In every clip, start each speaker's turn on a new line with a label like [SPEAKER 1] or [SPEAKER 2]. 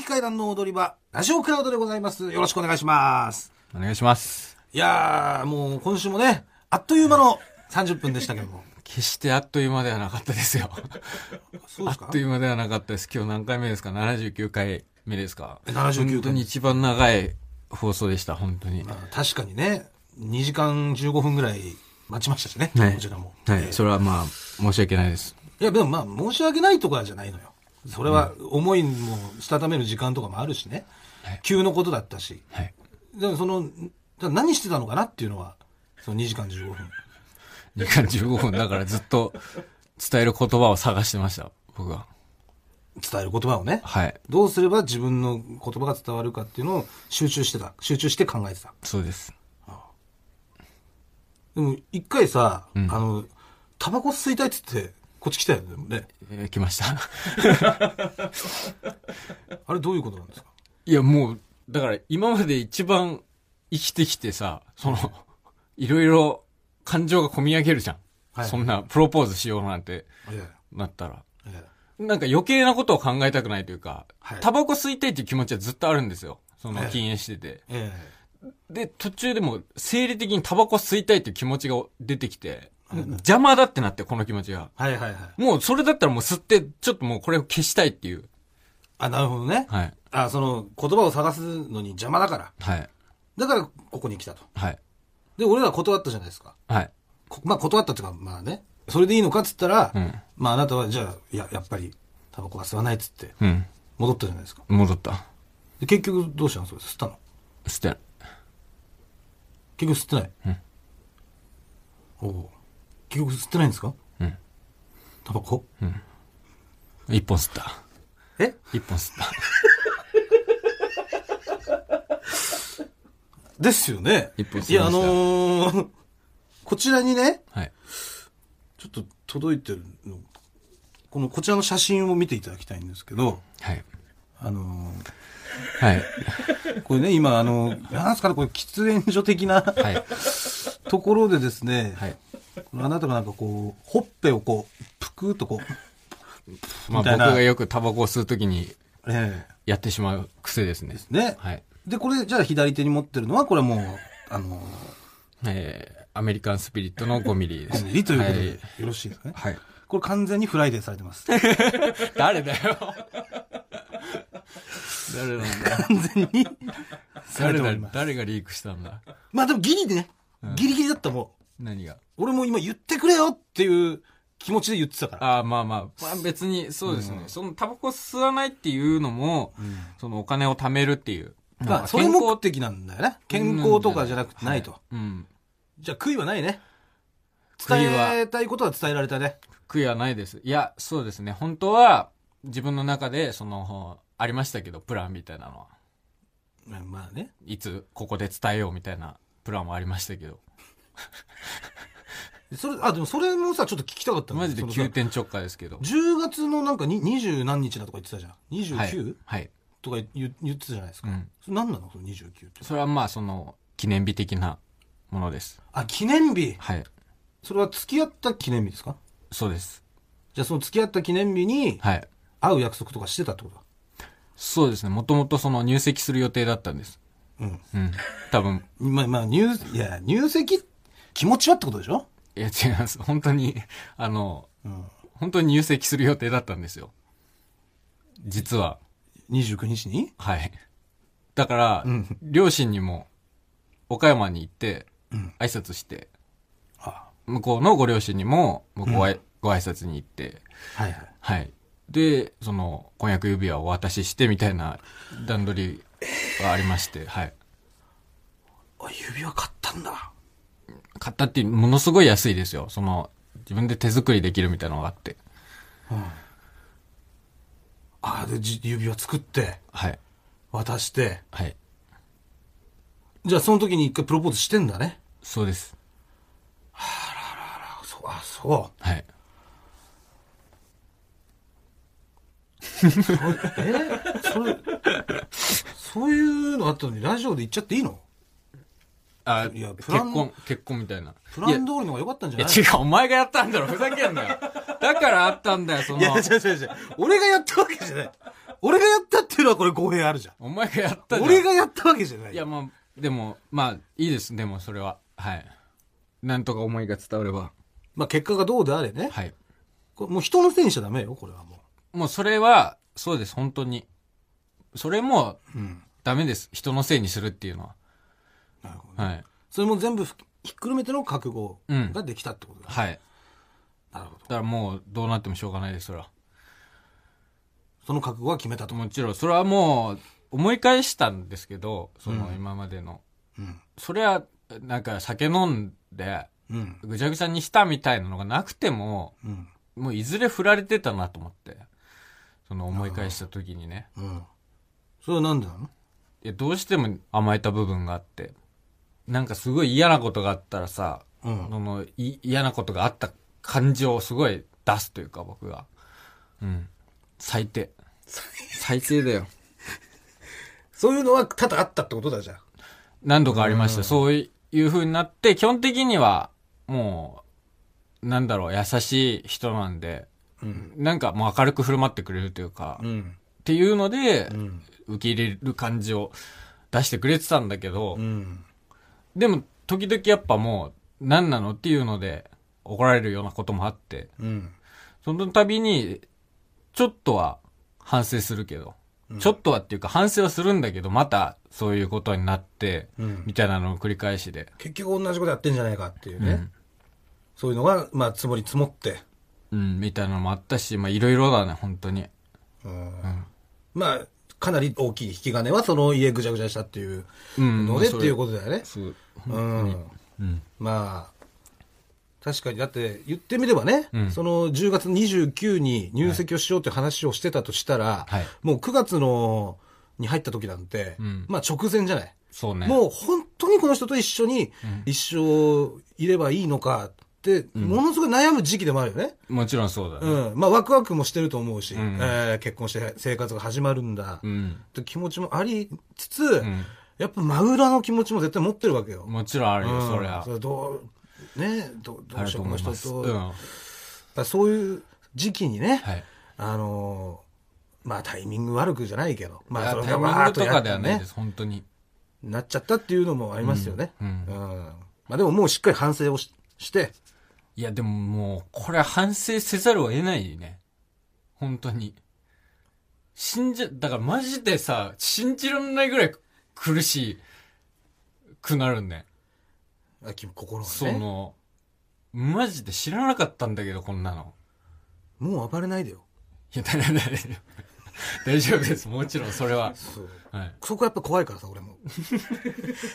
[SPEAKER 1] 階段の踊り場、ラジオクラウドでございます。よろしくお願いします。
[SPEAKER 2] お願いします。
[SPEAKER 1] いやー、もう今週もね、あっという間の30分でしたけども。
[SPEAKER 2] 決してあっという間ではなかったですよ。
[SPEAKER 1] そう で
[SPEAKER 2] あっ
[SPEAKER 1] すか
[SPEAKER 2] という間ではなかったです。今日何回目ですか ?79 回目ですか
[SPEAKER 1] え79回
[SPEAKER 2] 本当に一番長い放送でした、本当に。
[SPEAKER 1] まあ確かにね、2時間15分ぐらい待ちましたしね、こちらも。
[SPEAKER 2] はい
[SPEAKER 1] え。え
[SPEAKER 2] それはまあ、申し訳ないです。
[SPEAKER 1] いや、でもまあ、申し訳ないとかじゃないのよ。それは、思いもしたためる時間とかもあるしね
[SPEAKER 2] はい。
[SPEAKER 1] 急のことだったし。
[SPEAKER 2] はい。
[SPEAKER 1] でもその、じゃあ何してたのかなっていうのは、その2時間15分。
[SPEAKER 2] 2時間15分だからずっと伝える言葉を探してました、僕は。
[SPEAKER 1] 伝える言葉をね。
[SPEAKER 2] はい。
[SPEAKER 1] どうすれば自分の言葉が伝わるかっていうのを集中してた。集中して考えてた。
[SPEAKER 2] そうです。
[SPEAKER 1] でも、一回さ、あの、タバコ吸いたいって言って、こっち来たよね。でもね
[SPEAKER 2] えー来ました。
[SPEAKER 1] あれどういうことなんですか
[SPEAKER 2] いや、もう、だから今まで一番生きてきてさ、その、いろいろ感情が込み上げるじゃん。
[SPEAKER 1] はい
[SPEAKER 2] そんな、プロポーズしようなんて
[SPEAKER 1] いやいや
[SPEAKER 2] なったら。
[SPEAKER 1] いやいや
[SPEAKER 2] なんか余計なことを考えたくないというか
[SPEAKER 1] はい、
[SPEAKER 2] タバコ吸いたいっていう気持ちはずっとあるんですよ。そ
[SPEAKER 1] え
[SPEAKER 2] の
[SPEAKER 1] え
[SPEAKER 2] 禁煙してて。
[SPEAKER 1] え
[SPEAKER 2] で、途中でもう生理的にタバコ吸いたいっていう気持ちが出てきて、邪魔だってなって、この気持ちが。
[SPEAKER 1] えはいはいはい。
[SPEAKER 2] もうそれだったらもう吸って、ちょっともうこれを消したいっていう。
[SPEAKER 1] あ、なるほどね。
[SPEAKER 2] はい。
[SPEAKER 1] あ、その、言葉を探すのに邪魔だから。
[SPEAKER 2] はい。
[SPEAKER 1] だから、ここに来たと。
[SPEAKER 2] はい。
[SPEAKER 1] で、俺ら断ったじゃないですか。
[SPEAKER 2] はい。
[SPEAKER 1] こまあ、断ったっていうか、まあね。それでいいのかっつったら、
[SPEAKER 2] うん
[SPEAKER 1] まあ、あなたは、じゃあ、いや、やっぱり、タバコが吸わないっつって、
[SPEAKER 2] うん。
[SPEAKER 1] 戻ったじゃないですか。
[SPEAKER 2] 戻った。
[SPEAKER 1] で、結局、どうしたのそれ、吸ったの
[SPEAKER 2] 捨てない。
[SPEAKER 1] 結局吸ってない。おおう結局吸ってないんですか
[SPEAKER 2] うん
[SPEAKER 1] タバコ
[SPEAKER 2] 一本吸った。
[SPEAKER 1] え
[SPEAKER 2] 一本吸った。
[SPEAKER 1] ですよね。
[SPEAKER 2] 一本吸いました
[SPEAKER 1] いや、あのー、 こちらにね、
[SPEAKER 2] はい。
[SPEAKER 1] ちょっと届いてるの、この、こちらの写真を見ていただきたいんですけど、
[SPEAKER 2] はい。
[SPEAKER 1] あの
[SPEAKER 2] はい。
[SPEAKER 1] ー、これね、今、あのー、なんすかね、これ喫煙所的な
[SPEAKER 2] はい。
[SPEAKER 1] ところでですね、
[SPEAKER 2] はい。
[SPEAKER 1] このあなたがなんかこう、ほっぺをこう、ぷくっとこう、
[SPEAKER 2] まあ
[SPEAKER 1] みたいな
[SPEAKER 2] 僕がよくタバコを吸うときに
[SPEAKER 1] ええ
[SPEAKER 2] やってしまう癖ですね。
[SPEAKER 1] ね。
[SPEAKER 2] はい。
[SPEAKER 1] で、これ、じゃあ左手に持ってるのは、これはもう、あのー、
[SPEAKER 2] えー、アメリカンスピリットの5ミリで
[SPEAKER 1] コ
[SPEAKER 2] す。
[SPEAKER 1] ンビということで、よろしいですね。
[SPEAKER 2] はい。はい。
[SPEAKER 1] これ完全にフライデーされて ます。
[SPEAKER 2] 誰だよ。誰なんだ
[SPEAKER 1] 完全にされて
[SPEAKER 2] 誰
[SPEAKER 1] おり
[SPEAKER 2] だ
[SPEAKER 1] ます。
[SPEAKER 2] 誰がリークしたんだ
[SPEAKER 1] まあでもギリでね、ギリギリだったも
[SPEAKER 2] 何が
[SPEAKER 1] う。俺も今言ってくれよっていう気持ちで言ってたから。
[SPEAKER 2] ああ、まあまあ。まあ別に、そうですね。そのタバコ吸わないっていうのも、そのお金を貯めるっていう。
[SPEAKER 1] まあ、それ
[SPEAKER 2] 健康
[SPEAKER 1] 目的なんだよね。健康とかじゃなくてないと。
[SPEAKER 2] うん。
[SPEAKER 1] じゃあ悔いはないね。
[SPEAKER 2] 悔いは
[SPEAKER 1] 伝えたいことは伝えられたね。
[SPEAKER 2] 悔いはないです。いや、そうですね。本当は、自分の中で、その、ありましたけど、プランみたいなのは。
[SPEAKER 1] まあね。
[SPEAKER 2] いつ、ここで伝えようみたいな、プランもありましたけど。
[SPEAKER 1] それ、あ、でもそれもさ、ちょっと聞きたかったの
[SPEAKER 2] マジで
[SPEAKER 1] そのさ
[SPEAKER 2] 急転直下ですけど。
[SPEAKER 1] 10月のなんかに20何日だとか言ってたじゃん。
[SPEAKER 2] はい
[SPEAKER 1] 29?、。
[SPEAKER 2] はい。
[SPEAKER 1] とか言言ってたじゃないですか。
[SPEAKER 2] うん
[SPEAKER 1] それ何なのその29って。
[SPEAKER 2] それはまあ、その、記念日的なものです。
[SPEAKER 1] あ、記念日。
[SPEAKER 2] はい。
[SPEAKER 1] それは付き合った記念日ですか
[SPEAKER 2] そうです。
[SPEAKER 1] じゃあその付き合った記念日に
[SPEAKER 2] はい。
[SPEAKER 1] 会う約束とかしてたってことだ。
[SPEAKER 2] そうですね。もともとその入籍する予定だったんです。
[SPEAKER 1] うん。
[SPEAKER 2] うん。多分、
[SPEAKER 1] まあまあ、入、いや、入籍、気持ちはってことでしょ
[SPEAKER 2] いや違います。本当に、あの、
[SPEAKER 1] うん。
[SPEAKER 2] 本当に入籍する予定だったんですよ。実は。
[SPEAKER 1] 29日に
[SPEAKER 2] はい。だから、
[SPEAKER 1] うん
[SPEAKER 2] 両親にも、岡山に行って、
[SPEAKER 1] うん
[SPEAKER 2] 挨拶して、
[SPEAKER 1] あ
[SPEAKER 2] 向こうのご両親にも、向こうへご挨拶に行って、
[SPEAKER 1] はいはい。
[SPEAKER 2] はい。で、その、婚約指輪をお渡しして、みたいな段取りがありまして、はい。
[SPEAKER 1] あ、指輪買ったんだ。
[SPEAKER 2] 買ったって、ものすごい安いですよ。その、自分で手作りできるみたいなのがあって、
[SPEAKER 1] あで、じ指輪作って、
[SPEAKER 2] はい。
[SPEAKER 1] 渡して。
[SPEAKER 2] はい。
[SPEAKER 1] じゃあその時に一回プロポーズしてんだね。
[SPEAKER 2] そうです。
[SPEAKER 1] あ、そう、あ、そ
[SPEAKER 2] はい。
[SPEAKER 1] う。えそれ、そういうのあったのにラジオで言っちゃっていいの
[SPEAKER 2] あ、
[SPEAKER 1] いや
[SPEAKER 2] 結
[SPEAKER 1] プラン
[SPEAKER 2] 婚、結婚みたいな。
[SPEAKER 1] プラン通りの方が良かったんじゃ
[SPEAKER 2] いや、
[SPEAKER 1] ない
[SPEAKER 2] 違う、お前がやったんだろ、ふざけんなよ。だからあったんだよ、その。
[SPEAKER 1] いや、違う違う違う。俺がやったわけじゃない。俺がやったっていうのはこれ語弊あるじゃ
[SPEAKER 2] お前がやった
[SPEAKER 1] ん。
[SPEAKER 2] じゃん
[SPEAKER 1] 俺がやったわけじゃない。
[SPEAKER 2] いや、まあ、でも、まあ、いいです。でも、それは。はい。なんとか思いが伝われば。
[SPEAKER 1] まあ結果がどうであれね。
[SPEAKER 2] はい。
[SPEAKER 1] これもう人のせいにしちゃダメよ、これはも
[SPEAKER 2] もう、それは、そうです、本当に。それも、
[SPEAKER 1] う。うん。
[SPEAKER 2] ダメです。人のせいにするっていうのは。
[SPEAKER 1] なるほどね、
[SPEAKER 2] はい。
[SPEAKER 1] それも全部ひっくるめての覚悟ができたってことだ。
[SPEAKER 2] はい。
[SPEAKER 1] なるほど
[SPEAKER 2] だ。からもう、どうなってもしょうがないです、それは。
[SPEAKER 1] その覚悟は決めたと思
[SPEAKER 2] もちろん、それはもう、思い返したんですけど、そうの、
[SPEAKER 1] ん
[SPEAKER 2] 今までの。
[SPEAKER 1] う。うん。
[SPEAKER 2] それは、なんか、酒飲んで、
[SPEAKER 1] うん。
[SPEAKER 2] ぐちゃぐちゃにしたみたいなのがなくても、
[SPEAKER 1] うん。
[SPEAKER 2] もういずれ振られてたなと思って。その思い返した時にね。
[SPEAKER 1] うん。それはなんでなの
[SPEAKER 2] いや、どうしても甘えた部分があって。なんかすごい嫌なことがあったらさ、
[SPEAKER 1] うん。
[SPEAKER 2] そのい嫌なことがあった感情をすごい出すというか、僕が。うん。最低。 最低だよ。
[SPEAKER 1] そういうのは多々あったってことだじゃん。
[SPEAKER 2] 何度かありました。そういう風になって、基本的には、もう、なんだろう、優しい人なんで、
[SPEAKER 1] うん。
[SPEAKER 2] なんかもう明るく振る舞ってくれるというか、っ
[SPEAKER 1] うん。
[SPEAKER 2] ていうので
[SPEAKER 1] う、ん。
[SPEAKER 2] 受け入れる感じを出してくれてたんだけど、
[SPEAKER 1] うん。
[SPEAKER 2] でも、時々やっぱもう、何なのっていうので、怒られるようなこともあって、
[SPEAKER 1] うん。
[SPEAKER 2] その度に、ちょっとは反省するけど、ちょっとはっていうか反省はするんだけど、またそういうことになって、
[SPEAKER 1] うん
[SPEAKER 2] みたいなのを繰り返しで。
[SPEAKER 1] 結局同じことやってんじゃないかっていう
[SPEAKER 2] う
[SPEAKER 1] ね。
[SPEAKER 2] ん。
[SPEAKER 1] そういうのが、まあ、積もり積もって。
[SPEAKER 2] うん、みたいなのもあったし、まあいろいろだね、本当に。
[SPEAKER 1] うん。まあ、かなり大きい引き金は、その家ぐちゃぐちゃしたっていう
[SPEAKER 2] うん。
[SPEAKER 1] ので、って
[SPEAKER 2] まあ
[SPEAKER 1] いうことだよね。
[SPEAKER 2] それそう。
[SPEAKER 1] うん。
[SPEAKER 2] うん。
[SPEAKER 1] まあ、確かに、だって言ってみればね、
[SPEAKER 2] うん
[SPEAKER 1] その10月29に入籍をしようという話をしてたとしたら、
[SPEAKER 2] はい
[SPEAKER 1] もう9月の、に入った時なんて、
[SPEAKER 2] うん
[SPEAKER 1] まあ直前じゃない。
[SPEAKER 2] そうね。
[SPEAKER 1] もう本当にこの人と一緒に一生いればいいのかって、ものすごい悩む時期でもあるよね。
[SPEAKER 2] もちろんそうだ
[SPEAKER 1] う
[SPEAKER 2] ね。
[SPEAKER 1] ん。まあワクワクもしてると思うし、
[SPEAKER 2] うん
[SPEAKER 1] えー結婚して生活が始まるんだ、
[SPEAKER 2] う
[SPEAKER 1] っ
[SPEAKER 2] ん。
[SPEAKER 1] て気持ちもありつつ、
[SPEAKER 2] うん。
[SPEAKER 1] やっぱ真裏の気持ちも絶対持ってるわけよ。
[SPEAKER 2] もちろんあるよ、
[SPEAKER 1] うん
[SPEAKER 2] そりゃ。
[SPEAKER 1] れどう、ね、どど
[SPEAKER 2] あ
[SPEAKER 1] う
[SPEAKER 2] る
[SPEAKER 1] しよ
[SPEAKER 2] と
[SPEAKER 1] うこの
[SPEAKER 2] 思い
[SPEAKER 1] 人
[SPEAKER 2] ます。
[SPEAKER 1] と、
[SPEAKER 2] う
[SPEAKER 1] だか
[SPEAKER 2] ん。
[SPEAKER 1] らそういう時期にね、
[SPEAKER 2] はい。
[SPEAKER 1] あのーまあタイミング悪くじゃないけど、まあ
[SPEAKER 2] い
[SPEAKER 1] そ
[SPEAKER 2] や
[SPEAKER 1] れ
[SPEAKER 2] タイ
[SPEAKER 1] が
[SPEAKER 2] ミ
[SPEAKER 1] わー
[SPEAKER 2] ン
[SPEAKER 1] っ
[SPEAKER 2] グと
[SPEAKER 1] や
[SPEAKER 2] か
[SPEAKER 1] っ
[SPEAKER 2] で
[SPEAKER 1] て
[SPEAKER 2] はない
[SPEAKER 1] ね
[SPEAKER 2] で、す、本当に。
[SPEAKER 1] なっちゃったっていうのもありますよね。
[SPEAKER 2] う
[SPEAKER 1] うんん。まあでももうしっかり反省をしして、
[SPEAKER 2] いや、でももう、これは反省せざるを得ないね。本当に。信じ、だからマジでさ、信じられないぐらい苦しい、くなるんね。
[SPEAKER 1] あ君心が
[SPEAKER 2] そ
[SPEAKER 1] ね、
[SPEAKER 2] の、マジで知らなかったんだけど、こんなの。
[SPEAKER 1] もう暴れないでよ。
[SPEAKER 2] いや、だ だだだ大丈夫です。もちろん、それは。
[SPEAKER 1] そう。
[SPEAKER 2] はい。
[SPEAKER 1] そこやっぱ怖いからさ、俺も。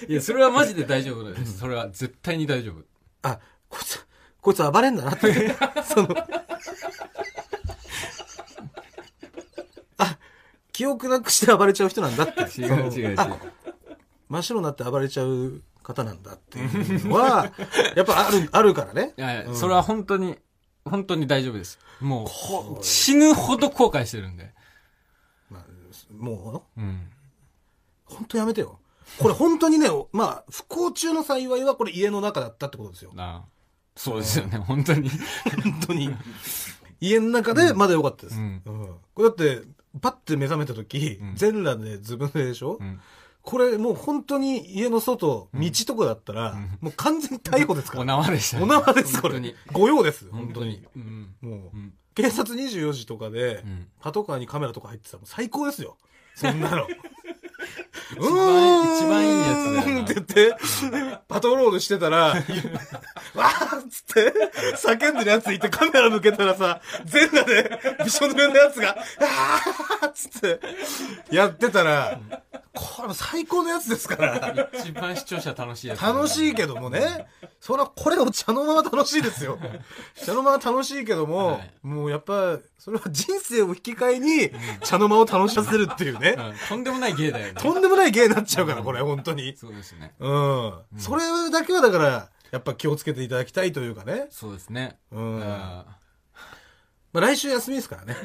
[SPEAKER 2] いや、それはマジで大丈夫です。それは絶対に大丈夫。
[SPEAKER 1] あ、こいつ、こいつ暴れんだなって。 その、あ、記憶なくして暴れちゃう人なんだって。そのあ真っ白になって暴れちゃう方なんだっていうのは、 やっぱある、あるからね。
[SPEAKER 2] いやいや、
[SPEAKER 1] うん
[SPEAKER 2] それは本当に、本当に大丈夫です。もうこ、死ぬほど後悔してるんで。
[SPEAKER 1] まあ、も
[SPEAKER 2] うん。
[SPEAKER 1] う、本当やめてよ。これ本当にね、まあ、不幸中の幸いはこれ家の中だったってことですよ。
[SPEAKER 2] なあそうですよね、本当に。
[SPEAKER 1] 本当に。家の中でまだ良かったです。
[SPEAKER 2] う
[SPEAKER 1] うんんこれだって、パッて目覚めた時
[SPEAKER 2] うん、
[SPEAKER 1] 全裸でずぶ濡れでしょ、
[SPEAKER 2] うん
[SPEAKER 1] これもう本当に家の外、道とかだったら、もう完全に逮捕ですか
[SPEAKER 2] お
[SPEAKER 1] ら。
[SPEAKER 2] 縄でしたね。
[SPEAKER 1] お縄です、こ
[SPEAKER 2] 本当
[SPEAKER 1] れ
[SPEAKER 2] に。。
[SPEAKER 1] 御用です、
[SPEAKER 2] 本
[SPEAKER 1] 本
[SPEAKER 2] 当
[SPEAKER 1] 当
[SPEAKER 2] に
[SPEAKER 1] に。。
[SPEAKER 2] うん。
[SPEAKER 1] もう
[SPEAKER 2] う、ん。
[SPEAKER 1] 警察24時とかで
[SPEAKER 2] うん、
[SPEAKER 1] パトカーにカメラとか入ってたらもう最高ですよ。そんな の。一
[SPEAKER 2] 番一番いいやつだよな
[SPEAKER 1] って言って、パトロールしてたら、 わーっつって、叫んでるやついてカメラ向けたらさ、全裸で、びしょ濡れのやつが、あーっつって、やってたら、これ最高のやつですから。
[SPEAKER 2] 一番視聴者楽しいやつ。
[SPEAKER 1] 楽しいけどもね、そら、これが茶の間は楽しいですよ。茶の間は楽しいけども、
[SPEAKER 2] はい
[SPEAKER 1] もうやっぱ、それは人生を引き換えに、茶の間を楽しませるっていうね
[SPEAKER 2] う、ん。とんでもない芸だよね。
[SPEAKER 1] とんでもない芸になっちゃうから、これ、本当に。
[SPEAKER 2] そうですね。
[SPEAKER 1] うん。それだけはだから、やっぱ気をつけていただきたいというかね。
[SPEAKER 2] そうですね。
[SPEAKER 1] うん。
[SPEAKER 2] うん
[SPEAKER 1] ま
[SPEAKER 2] ま
[SPEAKER 1] あ来週休みですからね。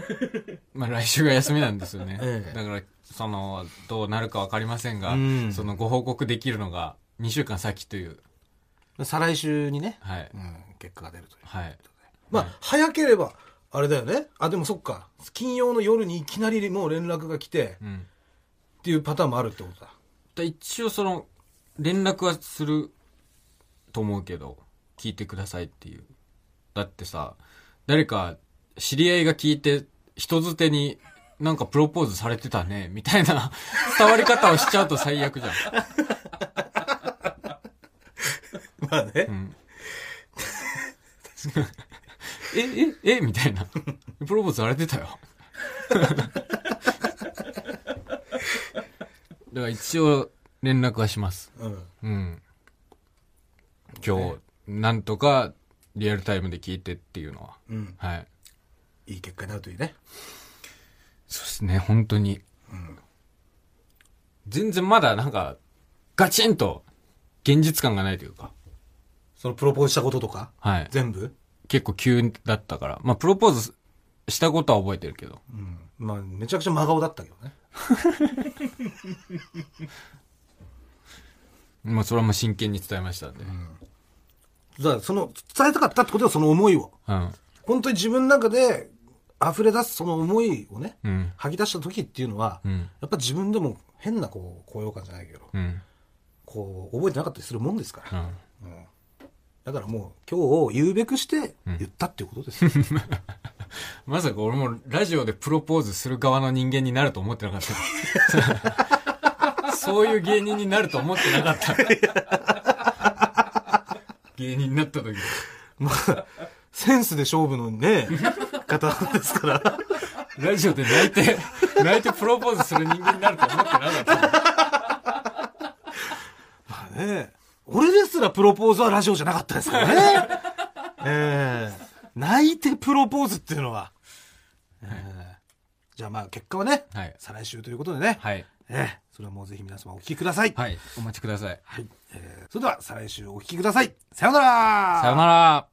[SPEAKER 2] あ来週が休みなんですよね
[SPEAKER 1] え。え
[SPEAKER 2] だから、その、どうなるかわかりませんが
[SPEAKER 1] う、ん
[SPEAKER 2] そのご報告できるのが2週間先という。
[SPEAKER 1] 再来週にね、
[SPEAKER 2] はい。
[SPEAKER 1] うん、結果が出るという。
[SPEAKER 2] はい。
[SPEAKER 1] まあ、早ければ、あれだよね。あ、でもそっか。金曜の夜にいきなりもう連絡が来て、
[SPEAKER 2] うん。
[SPEAKER 1] っていうパターンもあるってことだ。
[SPEAKER 2] だ一応その、連絡はすると思うけど、聞いてくださいっていう。だってさ、誰か知り合いが聞いて、人づてになんかプロポーズされてたね、みたいな伝わり方をしちゃうと最悪じゃん。
[SPEAKER 1] まあね
[SPEAKER 2] う。ん。 え、え、えみたいな。プロポーズされてたよ。 だから一応連絡はします。
[SPEAKER 1] うん。
[SPEAKER 2] うん。今日、なんとかリアルタイムで聞いてっていうのは。
[SPEAKER 1] うん。
[SPEAKER 2] はい。
[SPEAKER 1] いい結果になるといいね。
[SPEAKER 2] そうですね、本当に。全然まだなんか、ガチンと現実感がないというか。
[SPEAKER 1] そのプロポーズしたこととか、
[SPEAKER 2] はい。
[SPEAKER 1] 全部
[SPEAKER 2] 結構急だったから。まあ、プロポーズしたことは覚えてるけど。
[SPEAKER 1] うん。まあ、めちゃくちゃ真顔だったけどね。
[SPEAKER 2] まあ、それはもう真剣に伝えましたんで。うん。
[SPEAKER 1] だからその、伝えたかったってことはその思いを。本当に自分の中で溢れ出すその思いをね、
[SPEAKER 2] うん。
[SPEAKER 1] 吐き出した時っていうのは、
[SPEAKER 2] うん。
[SPEAKER 1] やっぱ自分でも変なこう、高揚感じゃないけど、
[SPEAKER 2] うん。
[SPEAKER 1] こう、覚えてなかったりするもんですから。
[SPEAKER 2] うん。
[SPEAKER 1] うんだからもう今日言うべくして言ったっていうことですよ、
[SPEAKER 2] まさか俺もラジオでプロポーズする側の人間になると思ってなかった。 そういう芸人になると思ってなかった。芸人になった時。
[SPEAKER 1] まあ、センスで勝負の ね、方ですから。
[SPEAKER 2] ラジオで泣いて、泣いてプロポーズする人間になると思ってなかった。
[SPEAKER 1] まあね、俺ですらプロポーズはラジオじゃなかったです からね。ええ泣いてプロポーズっていうのは。ええじゃあまあ結果はね、
[SPEAKER 2] はい。
[SPEAKER 1] 再来週ということでね、
[SPEAKER 2] はい。
[SPEAKER 1] ええそれはもうぜひ皆様お聞きください。
[SPEAKER 2] はい。お待ちください。
[SPEAKER 1] はいええそれでは再来週お聞きください。さようなら
[SPEAKER 2] さよなら。